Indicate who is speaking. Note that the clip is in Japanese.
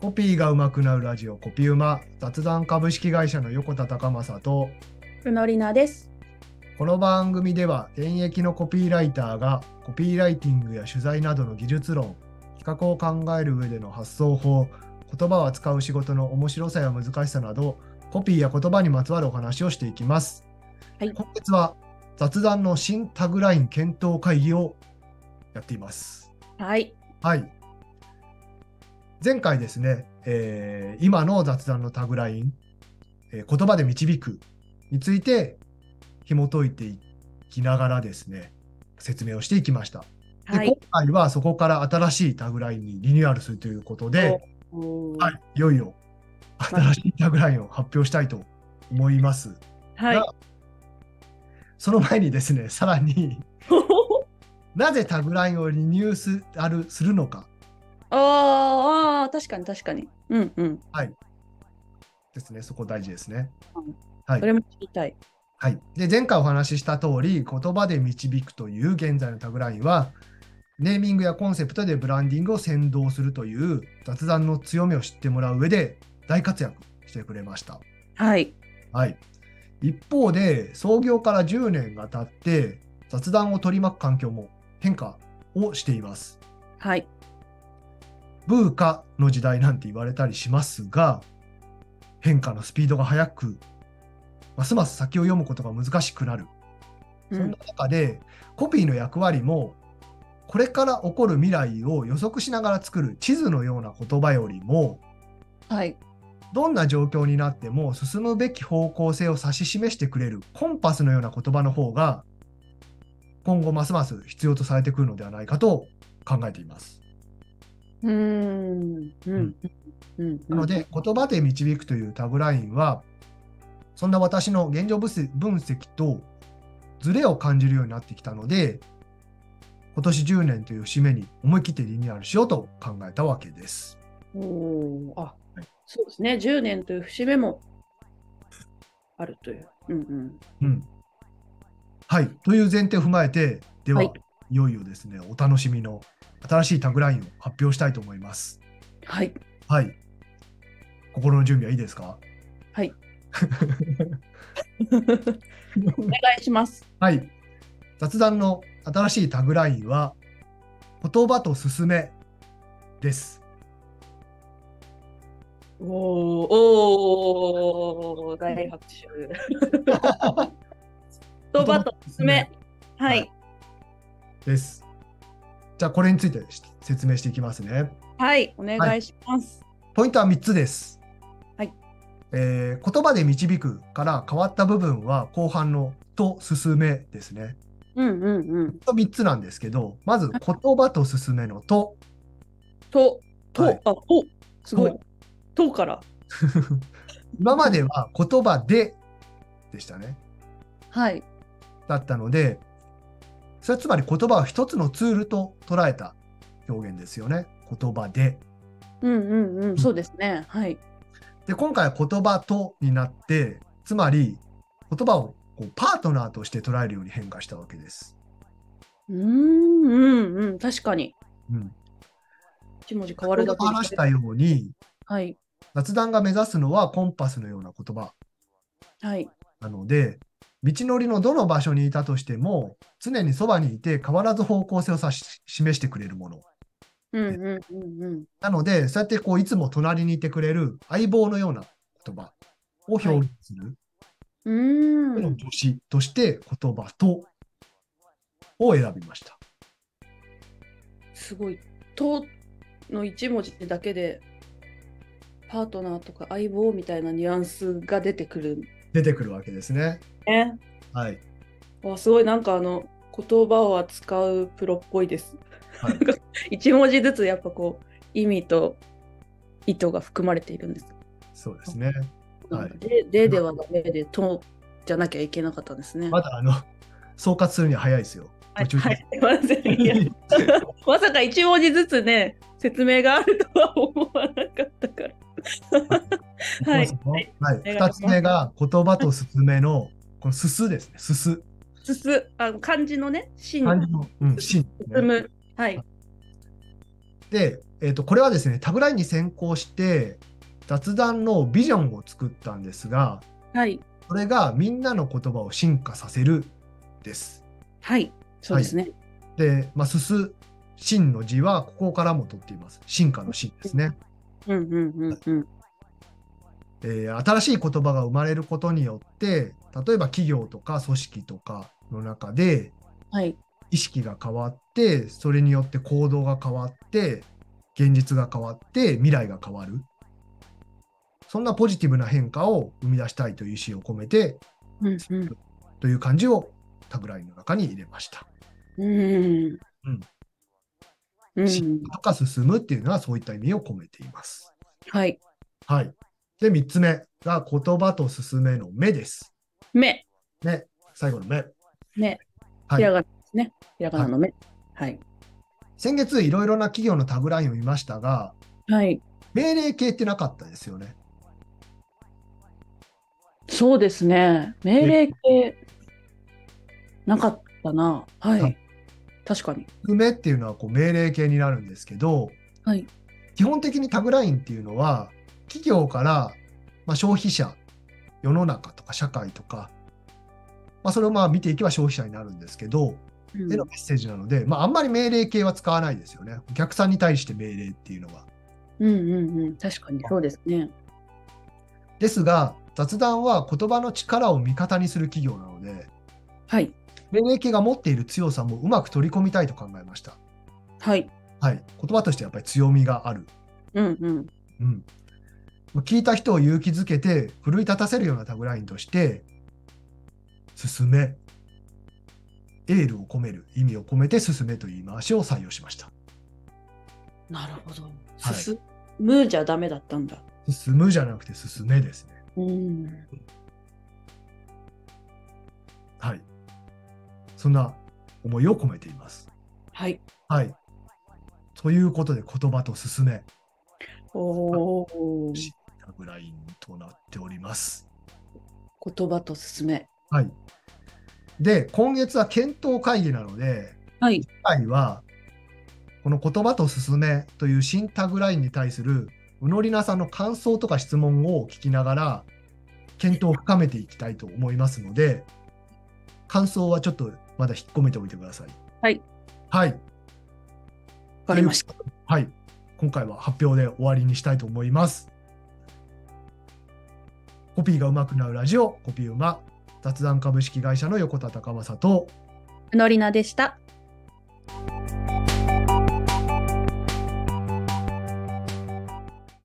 Speaker 1: コピーがうまくなるラジオコピうま雑談株式会社の横田隆正と
Speaker 2: ふのりなです。
Speaker 1: この番組では現役のコピーライターがコピーライティングや取材などの技術論企画を考える上での発想法言葉を扱う仕事の面白さや難しさなどコピーや言葉にまつわるお話をしていきます、
Speaker 2: はい
Speaker 1: 今月は雑談の新タグライン検討会議をやっています
Speaker 2: はい。
Speaker 1: はい。前回ですね、えー今の雑談のタグライン、えー言葉で導くについて紐解いていきながらですね、説明をしていきました。で、
Speaker 2: は
Speaker 1: 今
Speaker 2: い。
Speaker 1: 回はそこから新しいタグラインにリニューアルするということで、
Speaker 2: おー
Speaker 1: はい、いよいよ新しいタグラインを発表したいと思います。
Speaker 2: はい。
Speaker 1: その前にですね、さらに、なぜタグラインをリニュースあるするのか
Speaker 2: あーあー、確かに確かに。うんうん。
Speaker 1: ですね、そこ大事ですね。
Speaker 2: それも聞きたい。
Speaker 1: はい、で前回お話しした通り言葉で導くという現在のタグラインはネーミングやコンセプトでブランディングを先導するという雑談の強みを知ってもらう上で大活躍してくれました、
Speaker 2: はい。
Speaker 1: はい、一方で創業から10年が経って雑談を取り巻く環境も変化をしています
Speaker 2: はい。
Speaker 1: ブーカの時代なんて言われたりしますが、変化のスピードが速く、ますます先を読むことが難しくなる。
Speaker 2: う
Speaker 1: そ
Speaker 2: ん
Speaker 1: んな中で、コピーの役割も、これから起こる未来を予測しながら作る地図のような言葉よりも、
Speaker 2: はい。
Speaker 1: どんな状況になっても進むべき方向性を指し示してくれるコンパスのような言葉の方が、今後ますます必要とされてくるのではないかと考えています。
Speaker 2: うーん。うん。うん。
Speaker 1: なので、言葉で導くというタグラインは、そんな私の現状分析分析とズレを感じるようになってきたので、今年10年という節目に思い切ってリニューアルしようと考えたわけです。
Speaker 2: うん。おお。あ、そうですね。10年という節目もあるという。うん
Speaker 1: うん。はい。という前提を踏まえて、では、
Speaker 2: はい
Speaker 1: い、よいよですね、お楽しみの新しいタグラインを発表したいと思います。
Speaker 2: うん。はい。
Speaker 1: はい。心の準備はいいですか
Speaker 2: はい。お願いします。
Speaker 1: はい。雑談の新しいタグラインは、言葉と進めです。
Speaker 2: おおおー大拍 手。言葉と進め。は
Speaker 1: はい
Speaker 2: い。
Speaker 1: です。じゃあ、これについてし説明していきますね。
Speaker 2: はい、お願いします。
Speaker 1: ポイントは3つです。
Speaker 2: はい。
Speaker 1: えー言葉で導くから変わった部分は後半のと進めですね。
Speaker 2: うんうんうん。
Speaker 1: 3つなんですけど、まず言葉と進めのと。
Speaker 2: と、と、
Speaker 1: はい
Speaker 2: あ、お、すごい
Speaker 1: と。
Speaker 2: とから。
Speaker 1: 今までは言葉ででしたね。
Speaker 2: はい。
Speaker 1: だったので、それはつまり言葉を一つのツールと捉えた表現ですよね。言葉で。
Speaker 2: うんうんうん、そうですね。はい。
Speaker 1: で、今回は言葉とになって、つまり言葉をこうパートナーとして捉えるように変化したわけです。
Speaker 2: うーんうんうん、確かに。
Speaker 1: うん。
Speaker 2: 一文字変わる
Speaker 1: 先ほ
Speaker 2: だ
Speaker 1: ど
Speaker 2: け
Speaker 1: 話したように、
Speaker 2: はい。
Speaker 1: 雑談が目指すのはコンパスのような言葉
Speaker 2: はい。
Speaker 1: なので、道のりのどの場所にいたとしても、常にそばにいて変わらず方向性を指し示してくれるもの。
Speaker 2: うんうんうんうん。
Speaker 1: なので、そうやってこういつも隣にいてくれる相棒のような言葉を表現する、
Speaker 2: うー
Speaker 1: の
Speaker 2: ん。
Speaker 1: 助詞として言葉とを選びました。
Speaker 2: すごい。との一文字だけで、パートナーとか相棒みたいなニュアンスが出てくる。
Speaker 1: 出てくるわけですね。
Speaker 2: ね。
Speaker 1: はい。
Speaker 2: わすごいなんかあの言葉を扱うプロっぽいです。
Speaker 1: はい
Speaker 2: 一文字ずつやっぱこう意味と意図が含まれているんです。
Speaker 1: そうですね。はい
Speaker 2: ででではダメでとじゃなきゃいけなかったんですね。
Speaker 1: まだあの、総括するには早いですよ。
Speaker 2: はい、
Speaker 1: 途中
Speaker 2: は
Speaker 1: で
Speaker 2: い、すいませんい や まさか一文字ずつね説明があるとは思わなかったから。はい
Speaker 1: いきますよはい。
Speaker 2: 願いし
Speaker 1: 二、
Speaker 2: ます
Speaker 1: つ目が言葉とすすめの、このすすですね。すす。
Speaker 2: すすあの漢字のね「進」
Speaker 1: 漢字の、うん、しん、
Speaker 2: 進む。はい。
Speaker 1: で、えっとこれはですねタグラインに先行して雑談のビジョンを作ったんですが
Speaker 2: はい。
Speaker 1: それが「みんなの言葉を進化させる」です。
Speaker 2: はい。そうですね。
Speaker 1: で、まあ、すす、真の字はここからも取っています。進化の真ですね。
Speaker 2: うんうんうんうん。
Speaker 1: えー新しい言葉が生まれることによって、例えば企業とか組織とかの中で
Speaker 2: はい。
Speaker 1: 意識が変わって、それによって行動が変わって、現実が変わって、未来が変わる。そんなポジティブな変化を生み出したいという意思を込めて、
Speaker 2: うんうん。
Speaker 1: という漢字をタグラインの中に入れました。
Speaker 2: うん。う
Speaker 1: 進
Speaker 2: ん。
Speaker 1: 化とか進むっていうのはそういった意味を込めています。
Speaker 2: はい。
Speaker 1: はい。で、3つ目が言葉と進めの目です。
Speaker 2: 目。
Speaker 1: ね。最後の目。
Speaker 2: 目。
Speaker 1: は
Speaker 2: ひら
Speaker 1: い。
Speaker 2: がなですね。ひらがなの目。はい。
Speaker 1: 先月、いろいろな企業のタグラインを見ましたが、
Speaker 2: はい。
Speaker 1: 命令系ってなかったですよね。
Speaker 2: そうですね。命令系。なかったな。は。
Speaker 1: はい
Speaker 2: 確かに。
Speaker 1: 進めっていうのはこう命令系になるんですけど、
Speaker 2: はい
Speaker 1: 基本的にタグラインっていうのは、企業から、まあ、消費者、世の中とか社会とか、まあ、それをまあ見ていけば消費者になるんですけど、
Speaker 2: うん
Speaker 1: でのメッセージなので、まあ、あんまり命令系は使わないですよね。お客さんに対して命令っていうのは。
Speaker 2: うんうんうん。確かにそうですね。
Speaker 1: ですが、雑談は言葉の力を味方にする企業なので、
Speaker 2: はい。
Speaker 1: 命令系が持っている強さもうまく取り込みたいと考えました。
Speaker 2: はい。
Speaker 1: はい。言葉としてやっぱり強みがある。
Speaker 2: うんうん。
Speaker 1: うん。聞いた人を勇気づけて、奮い立たせるようなタグラインとして、進め、エールを込める、意味を込めて進めという言い回しを採用しました。
Speaker 2: なるほど。
Speaker 1: はい
Speaker 2: 進むじゃダメだったんだ。
Speaker 1: 進むじゃなくて進めですね。
Speaker 2: うん。
Speaker 1: はい。そんな思いを込めています。
Speaker 2: はい。
Speaker 1: はい。ということで、言葉と進め、
Speaker 2: おお。
Speaker 1: タグラインとなっております。
Speaker 2: 言葉と進め。
Speaker 1: はい。で、今月は検討会議なので、
Speaker 2: はい。
Speaker 1: 次回は、この言葉と進めという新タグラインに対する、うのりなさんの感想とか質問を聞きながら、検討を深めていきたいと思いますので、感想はちょっとまだ引っ込めておいてください。
Speaker 2: はい。
Speaker 1: はい。
Speaker 2: わかりました。
Speaker 1: はい。今回は発表で終わりにしたいと思います。コピーがうまくなるラジオ、コピーうま、雑談株式会社の横田隆正と、
Speaker 2: のりなでした。